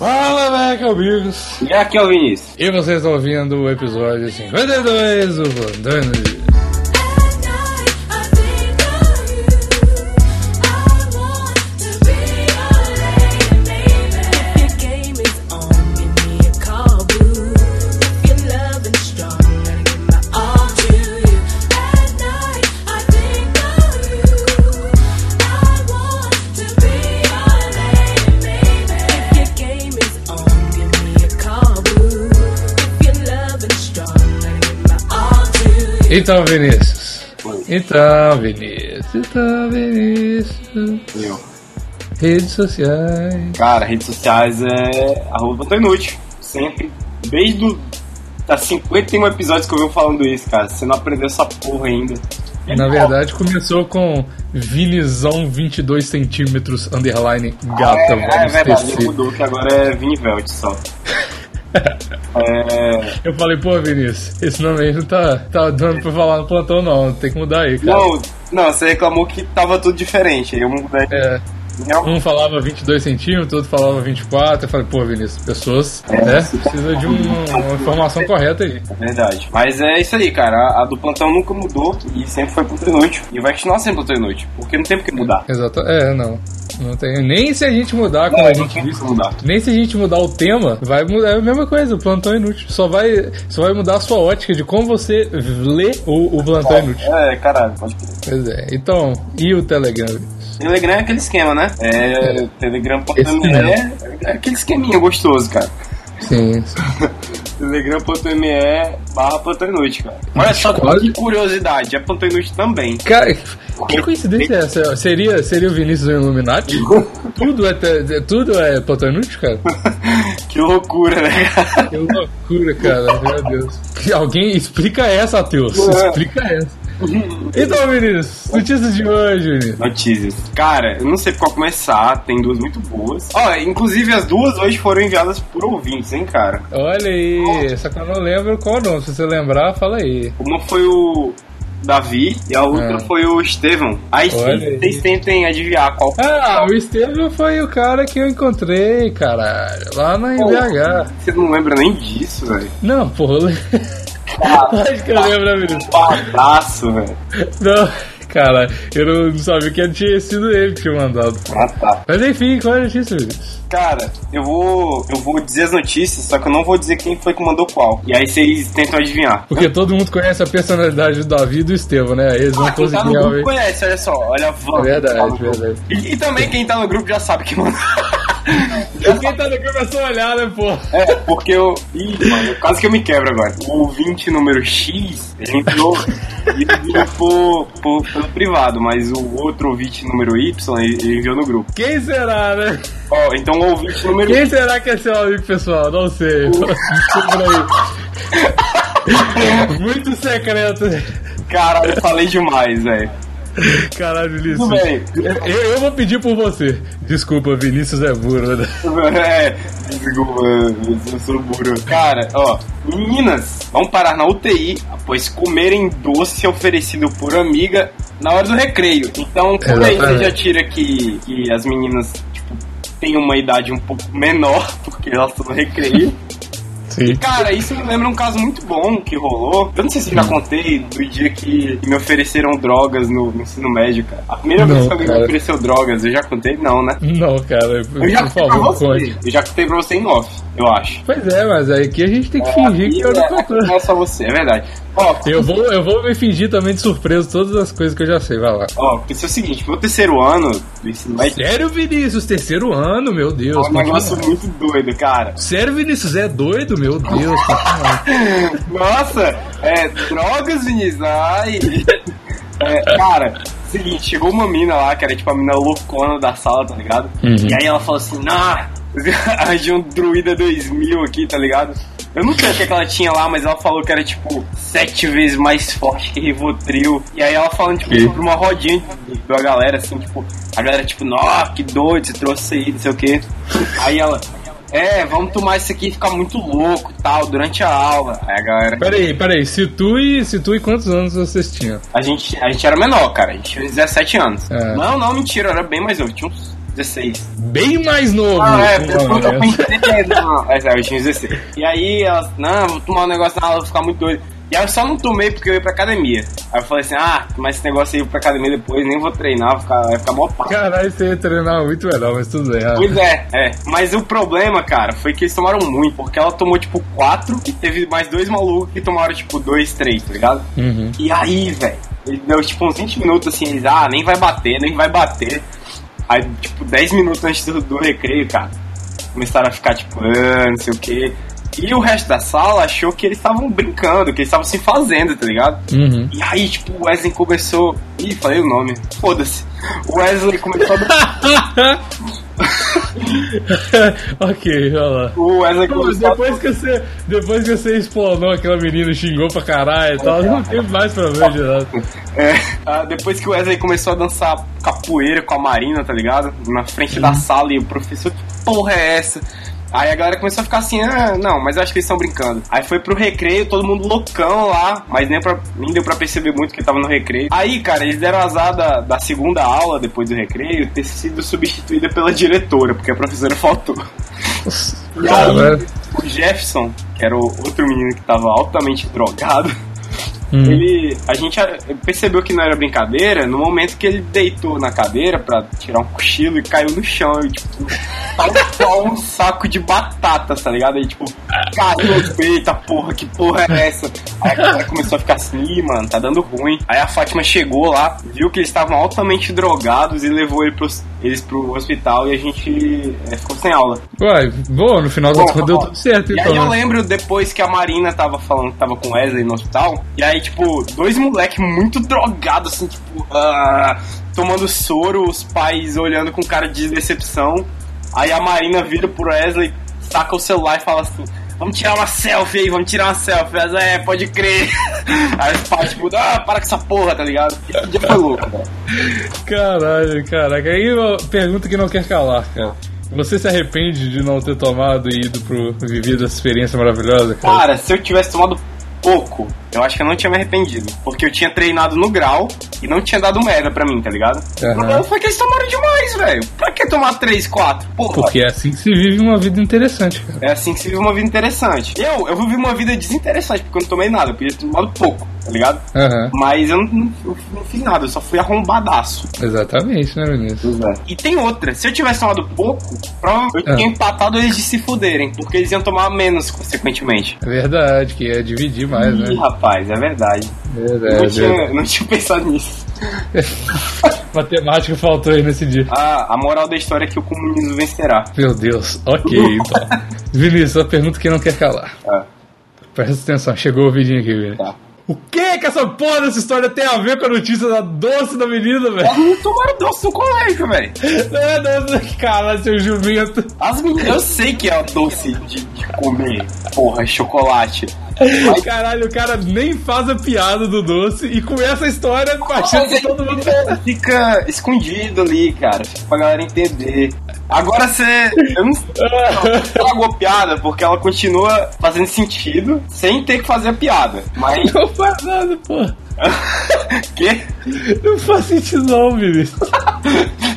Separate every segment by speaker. Speaker 1: Fala, velho, amigos!
Speaker 2: E aqui é o Vinícius.
Speaker 1: E vocês estão ouvindo o episódio 52 do Vandana. Então, Vinícius. Então, Vinícius. Então, Vinícius.
Speaker 2: Eu.
Speaker 1: Redes sociais.
Speaker 2: Cara, redes sociais é arroba tô inútil. Sempre. Desde o. Tá 51 episódios que eu venho falando isso, cara. Você não aprendeu essa porra ainda. É
Speaker 1: Na
Speaker 2: bom.
Speaker 1: verdade, começou com Vinizão 22 centímetros, underline,
Speaker 2: Ah,
Speaker 1: gata,
Speaker 2: é, é
Speaker 1: vamos
Speaker 2: verdade,
Speaker 1: tecer.
Speaker 2: mudou que agora é Vini Velt só. é,
Speaker 1: Eu falei, pô, Vinícius, esse nome aí não tá, tá dando pra falar no plantão, não. Tem que mudar aí, cara.
Speaker 2: não, não, você reclamou que tava tudo diferente. aí Eu mudei.
Speaker 1: É,
Speaker 2: Não,
Speaker 1: um falava 22 centímetros, outro falava 24. Eu falei, pô, Vinícius, pessoas, né? Precisa de um- uma informação correta aí.
Speaker 2: é verdade. Mas é isso aí, cara. A, a do plantão nunca mudou e sempre foi plantão inútil. E vai continuar sendo plantão inútil, porque não tem por que mudar.
Speaker 1: Exato. É, não. Não tem. Nem se a gente mudar, como
Speaker 2: Não,
Speaker 1: a
Speaker 2: não
Speaker 1: gente
Speaker 2: tem
Speaker 1: disse.
Speaker 2: por que mudar.
Speaker 1: Nem se a gente mudar o tema, vai mudar é a mesma coisa, o plantão inútil. Só vai, só vai mudar a sua ótica de como você lê o, o plantão inútil.
Speaker 2: É, caralho, pode crer.
Speaker 1: Pois é. Então, e o Telegram?
Speaker 2: Telegram é aquele esquema, né? É, telegram.me
Speaker 1: Esse
Speaker 2: é aquele esqueminha gostoso, cara.
Speaker 1: Sim.
Speaker 2: Telegram.me barra Pantanute, cara. Olha só
Speaker 1: Discord?
Speaker 2: que curiosidade, é Pantanute também.
Speaker 1: Cara, que coincidência é essa? Seria, seria o Vinícius do Illuminati? tudo é, te- tudo é plantão inútil, cara?
Speaker 2: Que loucura, né? cara?
Speaker 1: Que loucura, cara. Meu Deus. Alguém explica essa, Matheus. Explica essa. Então, Vinícius, notícias de hoje, Vinícius.
Speaker 2: Notícias. Cara, eu não sei por qual começar, tem duas muito boas. Ó, inclusive as duas hoje foram enviadas por ouvintes, hein, cara.
Speaker 1: Olha aí, só que eu não lembro qual o nome. Se você lembrar, fala aí.
Speaker 2: Uma foi o Davi e a outra
Speaker 1: Ah.
Speaker 2: foi o Estevão. Aí sim,
Speaker 1: Olha aí.
Speaker 2: vocês tentem adivinhar qual
Speaker 1: Ah, o Estevam foi o cara que eu encontrei, caralho, lá na IBH.
Speaker 2: Você não lembra nem disso, velho.
Speaker 1: Não, porra, eu le- acho que eu lembro, menino.
Speaker 2: Padaço, velho.
Speaker 1: Não, cara, eu não, não sabia que tinha sido ele que tinha mandado.
Speaker 2: Ah, tá.
Speaker 1: Mas enfim, qual é a notícia, Vinícius?
Speaker 2: Cara, eu vou, eu vou dizer as notícias, só que eu não vou dizer quem foi que mandou qual. E aí vocês tentam adivinhar.
Speaker 1: Porque todo mundo conhece a personalidade do Davi e do Estevam, né? Eles vão
Speaker 2: Ah, quem tá no
Speaker 1: conseguir
Speaker 2: grupo
Speaker 1: realmente.
Speaker 2: conhece, olha só. Olha a van.
Speaker 1: Verdade,
Speaker 2: Tá no grupo.
Speaker 1: verdade.
Speaker 2: E, e também quem tá no grupo já sabe que mandou.
Speaker 1: Quem tá no grupo é só olhar, né, porra?
Speaker 2: É, porque eu. Ih, mano, quase que eu me quebro agora. O ouvinte número X, ele entrou, ele entrou por, por- pelo privado, mas o outro ouvinte número Y, ele, ele enviou no grupo.
Speaker 1: Quem será, né?
Speaker 2: Ó, então o ouvinte número
Speaker 1: Quem será que é seu amigo pessoal? Não sei. Descubra aí. Muito secreto.
Speaker 2: Cara, eu falei demais, velho.
Speaker 1: Caralho, Vinícius.
Speaker 2: Tudo bem.
Speaker 1: Eu, eu vou pedir por você. Desculpa, Vinícius é burro. né?
Speaker 2: É, desculpa, eu sou burro. Cara, ó, meninas vão parar na UTI após comerem doce oferecido por amiga na hora do recreio. Então, por aí você
Speaker 1: Exatamente.
Speaker 2: já tira que, que as meninas, tipo, têm uma idade um pouco menor, porque elas estão no recreio.
Speaker 1: Sim.
Speaker 2: Cara, isso me lembra um caso muito bom que rolou. Eu não sei se eu já contei do dia que me ofereceram drogas no, no ensino médio, cara. A primeira
Speaker 1: Não,
Speaker 2: vez que alguém me
Speaker 1: cara.
Speaker 2: ofereceu drogas, eu já contei? Não, né?
Speaker 1: Não, cara.
Speaker 2: Eu já
Speaker 1: Por
Speaker 2: contei pra
Speaker 1: favor,
Speaker 2: você.
Speaker 1: conte.
Speaker 2: Eu já contei pra você em off, eu acho.
Speaker 1: Pois é, mas aqui a gente tem que fingir que eu não
Speaker 2: Aqui
Speaker 1: contou.
Speaker 2: não é só você, é verdade. Ó,
Speaker 1: Eu vou, eu vou me fingir também de surpreso todas as coisas que eu já sei. Vai lá.
Speaker 2: ó, porque isso é o seguinte, meu terceiro ano do ensino médio
Speaker 1: Sério, Vinícius? Terceiro ano, meu
Speaker 2: é
Speaker 1: Deus.
Speaker 2: um negócio
Speaker 1: continua.
Speaker 2: muito doido, cara.
Speaker 1: Sério, Vinícius? É doido, meu Deus. tá continua.
Speaker 2: Nossa, é, drogas, Vinícius, ai. É, cara, seguinte, chegou uma mina lá, que era tipo a mina loucona da sala, tá ligado? E aí ela falou assim, nah, arranjei um druida 2000 aqui, tá ligado? Eu não sei o que, que ela tinha lá, mas ela falou que era tipo sete vezes mais forte que Rivotril. E aí ela falando, tipo, sobre uma rodinha de- da galera, assim, tipo, a galera, tipo, nossa, que doido, você trouxe aí, não sei o que. Aí ela. É, vamos tomar isso aqui e ficar muito louco e tal, durante a aula. Aí a galera.
Speaker 1: Peraí, peraí, situe, situe quantos anos vocês tinham.
Speaker 2: A gente, a gente era menor, cara. A gente tinha uns 17 anos.
Speaker 1: É.
Speaker 2: Não, não, mentira, eu era bem mais novo. Tinha uns 16.
Speaker 1: Bem mais novo.
Speaker 2: Ah, é,
Speaker 1: Pô,
Speaker 2: pessoa tá
Speaker 1: né?
Speaker 2: com 16, não. Mas é, eu tinha 16. E aí ela, não, vou tomar um negócio na aula, vou ficar muito doido. E aí eu só não tomei porque eu ia pra academia. Aí eu falei assim, ah, mas esse negócio aí eu vou pra academia depois, nem vou treinar, vou ficar, vai ficar mó pá.
Speaker 1: Caralho, você ia treinar muito melhor, mas tudo bem. ah.
Speaker 2: Pois é, é. Mas o problema, cara, foi que eles tomaram muito, porque ela tomou tipo 4 e teve mais dois malucos que tomaram tipo 2, 3, tá ligado?
Speaker 1: Uhum.
Speaker 2: E aí, velho, ele deu tipo uns 20 minutos assim, eles, ah, nem vai bater, nem vai bater. Aí, tipo, 10 minutos antes do, do recreio, cara, começaram a ficar tipo, ah, não sei o quê. E o resto da sala achou que eles estavam brincando, que eles estavam se fazendo, tá ligado?
Speaker 1: Uhum.
Speaker 2: E aí, tipo, o Wesley começou. Ih, falei o nome. Foda-se. O Wesley começou a
Speaker 1: ok, olha lá.
Speaker 2: O Wesley
Speaker 1: Não, mas
Speaker 2: começou a
Speaker 1: depois que você, depois que você explanou aquela menina, xingou pra caralho e tal, não teve mais problema de nada.
Speaker 2: É, ah, depois que o Wesley começou a dançar capoeira com a Marina, tá ligado? Na frente da sala e o professor, que porra é essa? Aí a galera começou a ficar assim, ah, não, mas eu acho que eles estão brincando. Aí foi pro recreio, todo mundo loucão lá, mas nem, pra, nem deu pra perceber muito que tava no recreio. Aí, cara, eles deram azar da, da segunda aula, depois do recreio, ter sido substituída pela diretora, porque a professora faltou. E aí,
Speaker 1: Caralho.
Speaker 2: o Jefferson, que era o outro menino que tava altamente drogado,
Speaker 1: Hum.
Speaker 2: ele. A gente a- percebeu que não era brincadeira no momento que ele deitou na cadeira pra tirar um cochilo e caiu no chão. E, tipo, tava só um saco de batatas, tá ligado? Aí, tipo, caiu, tipo, eita porra, que porra é essa? Aí a galera começou a ficar assim, "Ih, mano, tá dando ruim. Aí a Fátima chegou lá, viu que eles estavam altamente drogados e levou ele pros- eles pro hospital e a gente é, ficou sem aula.
Speaker 1: Uai, bom, no final das
Speaker 2: Bom,
Speaker 1: contas deu
Speaker 2: bom.
Speaker 1: tudo certo,
Speaker 2: E
Speaker 1: então.
Speaker 2: aí eu
Speaker 1: né?
Speaker 2: lembro depois que a Marina tava falando que tava com o Wesley no hospital. E aí, tipo, dois moleques muito drogados, assim, tipo, ah, tomando soro, os pais olhando com cara de decepção. Aí a Marina vira pro Wesley, saca o celular e fala assim. Vamos tirar uma selfie aí, vamos tirar uma selfie. Wesley, É, pode crer. Aí os pais, tipo, ah, para com essa porra, tá ligado? Esse dia foi louco, né? velho.
Speaker 1: Caralho, caraca. Aí uma pergunta que não quer calar, cara. Você se arrepende de não ter tomado e ido pro vivido essa experiência maravilhosa, cara?
Speaker 2: Cara, se eu tivesse tomado pouco, eu acho que eu não tinha me arrependido. Porque eu tinha treinado no grau e não tinha dado merda pra mim, tá ligado?
Speaker 1: Aham.
Speaker 2: O problema foi que eles tomaram demais, velho. Pra que tomar 3, 4? Porra.
Speaker 1: Porque é assim que se vive uma vida interessante, cara.
Speaker 2: É assim que se vive uma vida interessante. Eu, eu vivi uma vida desinteressante, porque eu não tomei nada, eu podia ter tomado pouco, tá ligado?
Speaker 1: Aham,
Speaker 2: Mas eu não, eu não fiz nada, eu só fui arrombadaço.
Speaker 1: exatamente, né, Vinícius?
Speaker 2: E tem outra, se eu tivesse tomado pouco, provavelmente eu
Speaker 1: Ah.
Speaker 2: tinha empatado eles de se fuderem, porque eles iam tomar menos, consequentemente.
Speaker 1: É verdade, que é dividir mais, né?
Speaker 2: Ih, rapaz, é verdade.
Speaker 1: Verdade, é
Speaker 2: não,
Speaker 1: verdade.
Speaker 2: tinha, não tinha pensado nisso.
Speaker 1: Matemática faltou aí nesse dia.
Speaker 2: Ah, a moral da história é que o comunismo vencerá.
Speaker 1: Meu Deus, ok, então. Vinícius, a pergunta que não quer calar.
Speaker 2: Ah,
Speaker 1: Presta atenção, chegou o vidinho aqui, Vinícius.
Speaker 2: tá.
Speaker 1: O que que essa porra dessa história tem a ver com a notícia da doce da menina, velho?
Speaker 2: Elas não tomaram doce no colégio, velho.
Speaker 1: É, doce, caralho, seu jumento.
Speaker 2: As meninas, eu sei que é doce de, de comer, porra, chocolate.
Speaker 1: Caralho, o cara nem faz a piada do doce e com essa história achando que todo mundo.
Speaker 2: Fica- Fica escondido ali, cara. Fica pra galera entender. Agora você. Eu não sei. Tragou a piada, porque ela continua fazendo sentido sem ter que fazer a piada. Mas.
Speaker 1: Não faz nada, pô.
Speaker 2: que?
Speaker 1: Não faz sentido, não, Vinícius.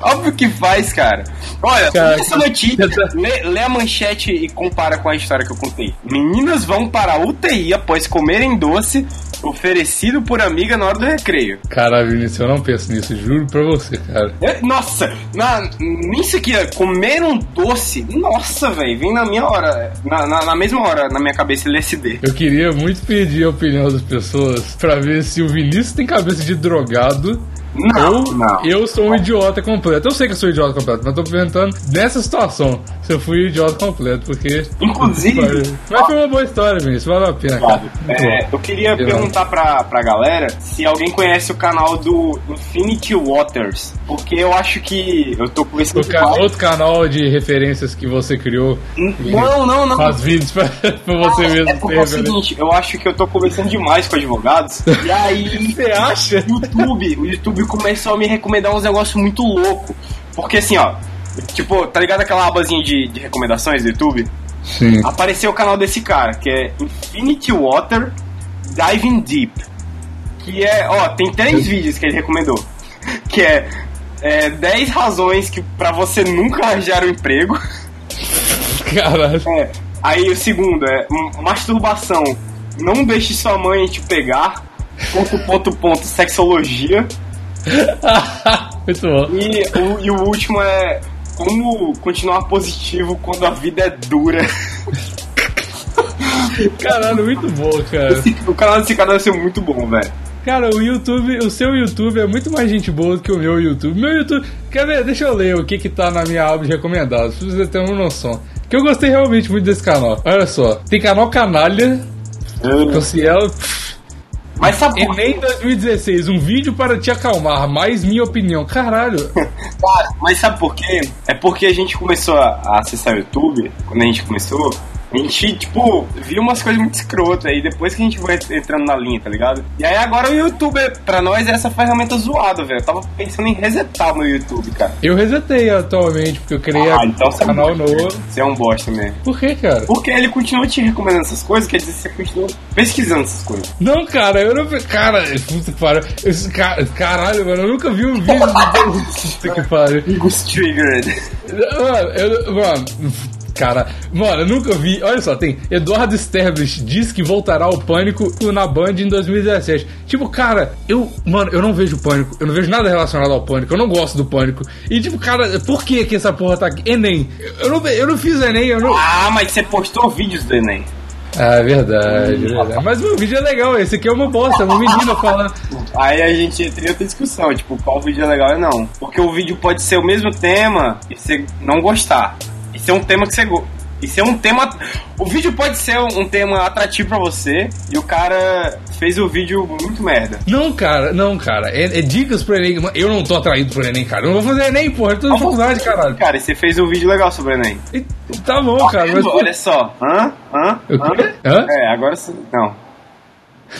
Speaker 2: Óbvio que faz, cara. Olha,
Speaker 1: Cara,
Speaker 2: lê essa notícia,
Speaker 1: você tá-
Speaker 2: lê, lê a manchete e compara com a história que eu contei. Meninas vão para a UTI após comerem doce oferecido por amiga na hora do recreio.
Speaker 1: Caralho, Vinícius, eu não penso nisso, juro pra você, cara.
Speaker 2: Eu- É, nossa, na, nisso aqui, ó, comer um doce, nossa, velho, vem na minha hora, na, na- na mesma hora, na minha cabeça é LSD.
Speaker 1: Eu queria muito pedir a opinião das pessoas pra ver se o Vinícius tem cabeça de drogado.
Speaker 2: Não,
Speaker 1: ou
Speaker 2: não.
Speaker 1: eu sou um idiota completo. Eu sei que eu sou um idiota completo, mas tô perguntando nessa situação se eu fui um idiota completo, porque.
Speaker 2: Inclusive,
Speaker 1: Mas foi uma boa história, Vinícius. Valeu a pena, cara.
Speaker 2: Fábio,
Speaker 1: Muito
Speaker 2: é,
Speaker 1: bom.
Speaker 2: eu queria
Speaker 1: Obrigado.
Speaker 2: perguntar pra, pra galera se alguém conhece o canal do Infinity Waters, porque eu acho que eu tô com esse
Speaker 1: O ca- Outro canal de referências que você criou
Speaker 2: Não, não, não.
Speaker 1: faz vídeos pra, pra você mesmo
Speaker 2: é porque é o
Speaker 1: ter, né?
Speaker 2: seguinte, eu acho que eu tô conversando demais com advogados. E aí,
Speaker 1: Você acha?
Speaker 2: o YouTube, o YouTube começou a me recomendar uns negócios muito loucos. Porque assim, ó, tipo, tá ligado aquela abazinha de, de recomendações do YouTube?
Speaker 1: Sim.
Speaker 2: apareceu o canal desse cara, que é Infinity Water Diving Deep. Que é, ó, tem três vídeos que ele recomendou. Que é, é, 10 razões que pra você nunca arranjar um emprego.
Speaker 1: Caralho.
Speaker 2: É, aí o segundo é m- masturbação. Não deixe sua mãe te pegar. Ponto, ponto, ponto, sexologia.
Speaker 1: Muito bom.
Speaker 2: E o, e o último é como continuar positivo quando a vida é dura.
Speaker 1: Caralho, muito bom, cara.
Speaker 2: Esse- O canal desse cara deve ser muito bom, velho.
Speaker 1: Cara, o YouTube, o seu YouTube é muito mais gente boa do que o meu YouTube. Meu YouTube. Quer ver? Deixa eu ler o que que tá na minha aba de recomendados, pra você ter uma noção. Que eu gostei realmente muito desse canal. Olha só, tem canal Canalha, que o Ciel.
Speaker 2: Mas sabe por
Speaker 1: Enem 2016, um vídeo para te acalmar, mais minha opinião. Caralho,
Speaker 2: Cara, mas sabe por quê? É porque a gente começou a a acessar o YouTube, quando a gente começou, a gente, tipo, viu umas coisas muito escrotas aí, depois que a gente foi entrando na linha, tá ligado? E aí agora o YouTube, é- pra nós, é essa ferramenta zoada, velho. Eu tava pensando em resetar meu YouTube, cara.
Speaker 1: eu resetei atualmente, porque eu criei
Speaker 2: Ah, então
Speaker 1: um
Speaker 2: você é um
Speaker 1: canal
Speaker 2: bosta,
Speaker 1: novo.
Speaker 2: velho. Você é um bosta mesmo.
Speaker 1: Por que, cara?
Speaker 2: Porque ele continua te recomendando essas coisas, quer dizer, você continua pesquisando essas coisas.
Speaker 1: Não, cara, eu não. Cara, puta que pariu. Esse ca- Caralho, mano, eu nunca vi um vídeo do. Puta que pariu.
Speaker 2: Os triggered.
Speaker 1: Mano, eu, mano, cara, mano, eu nunca vi. Olha só, tem Eduardo Sterblich diz que voltará ao pânico na Band em 2017. Tipo, cara, eu, mano, eu não vejo pânico, eu não vejo nada relacionado ao pânico, eu não gosto do pânico. E tipo, cara, por que que essa porra tá aqui? Enem. Eu não, ve- eu não fiz Enem, eu não.
Speaker 2: Ah, mas você postou vídeos do Enem.
Speaker 1: Ah, é verdade, é verdade. Mas o vídeo é legal, esse aqui é uma bosta, é uma menina falando.
Speaker 2: Aí a gente entra em outra discussão, tipo, qual vídeo é legal e não. Porque o vídeo pode ser o mesmo tema e você não gostar. E ser um tema que você gosta. E ser um tema. O vídeo pode ser um um tema atrativo pra você e o cara fez o vídeo muito merda.
Speaker 1: Não, cara, não, cara. É, é dicas pro Enem. Mano, Eu não tô atraído pro Enem, cara. Eu não vou fazer Enem, porra. Eu tô na faculdade, caralho.
Speaker 2: Cara, e Ah, você fez um vídeo legal sobre o Enem.
Speaker 1: E- Tá bom, cara, mas.
Speaker 2: Ah, Olha só. Hã? Hã?
Speaker 1: O
Speaker 2: Hã?
Speaker 1: quê? Hã?
Speaker 2: É, agora sim. Não.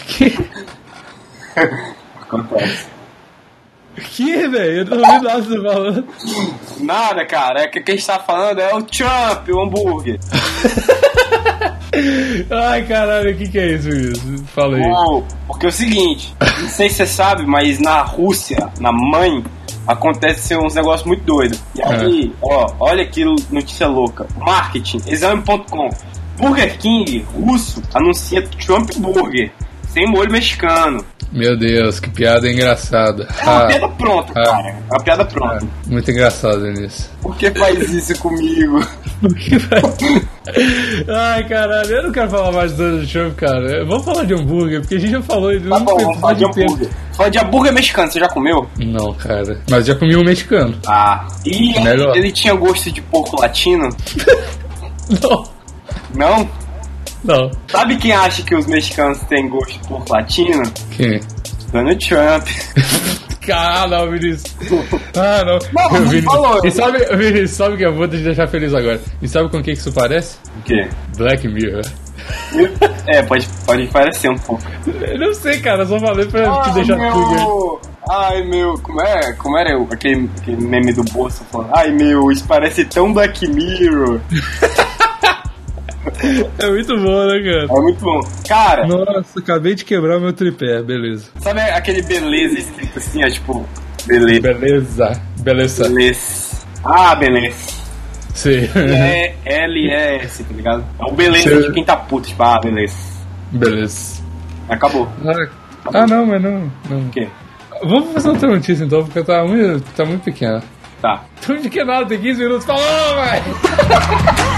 Speaker 1: Que,
Speaker 2: Acontece.
Speaker 1: que velho? Eu tô ouvindo nada que você tá falando.
Speaker 2: Nada, cara. É que quem está falando é o Trump, o hambúrguer.
Speaker 1: Ai, caralho, o que que é isso, isso? Fala aí.
Speaker 2: Bom, porque é o seguinte, não sei se você sabe, mas na Rússia, na mãe, acontece uns negócios muito doidos. E aí, ó, olha que notícia louca. Marketing, exame.com. Burger King, russo, anuncia Trump Burger, sem molho mexicano.
Speaker 1: Meu Deus, que piada engraçada.
Speaker 2: É uma
Speaker 1: Ah,
Speaker 2: piada pronta,
Speaker 1: Ah.
Speaker 2: cara. É uma piada pronta.
Speaker 1: muito engraçado nisso.
Speaker 2: Por que faz isso comigo?
Speaker 1: Ai, caralho, eu não quero falar mais do Donald Trump, cara. Vamos falar de hambúrguer, porque a gente já falou de
Speaker 2: Tá bom, vamos falar de hambúrguer. Falar de hambúrguer mexicano, você já comeu?
Speaker 1: Não, cara. Mas já comi um mexicano.
Speaker 2: Ah. E
Speaker 1: Melhor.
Speaker 2: ele tinha gosto de porco latino?
Speaker 1: Não,
Speaker 2: Não?
Speaker 1: não.
Speaker 2: Sabe quem acha que os mexicanos têm gosto por latino?
Speaker 1: Quem?
Speaker 2: Donald Trump.
Speaker 1: Ah, não, Vinícius. Ah, não.
Speaker 2: Não, não
Speaker 1: Vinícius.
Speaker 2: falou.
Speaker 1: E sabe, Vinícius, sabe que eu vou te deixar feliz agora. E sabe com o que que isso parece?
Speaker 2: O quê?
Speaker 1: Black Mirror.
Speaker 2: É, pode, pode parecer um pouco.
Speaker 1: Eu não sei, cara, eu só falei pra te deixar tudo.
Speaker 2: meu... Ai, meu... Como, é, como era eu? Aquele, aquele meme do bolso falando... Ai, meu, isso parece tão Black Mirror.
Speaker 1: É muito bom, né, cara?
Speaker 2: É muito bom. Cara,
Speaker 1: Nossa, acabei de quebrar meu tripé, beleza.
Speaker 2: sabe aquele beleza escrito assim, ó, tipo... Beleza.
Speaker 1: Beleza, beleza.
Speaker 2: Beleza. Ah, beleza.
Speaker 1: Sim.
Speaker 2: É LS, tá ligado? É o beleza
Speaker 1: Uhum. Sim.
Speaker 2: de quem tá puto. Tipo, ah, beleza.
Speaker 1: beleza.
Speaker 2: Acabou.
Speaker 1: Ah, Ah, não, mas não, não.
Speaker 2: O quê?
Speaker 1: Vamos fazer outra notícia então, porque tá muito, tá muito pequena.
Speaker 2: Tá.
Speaker 1: Tá muito pequena, tem 15 minutos. Falou, velho!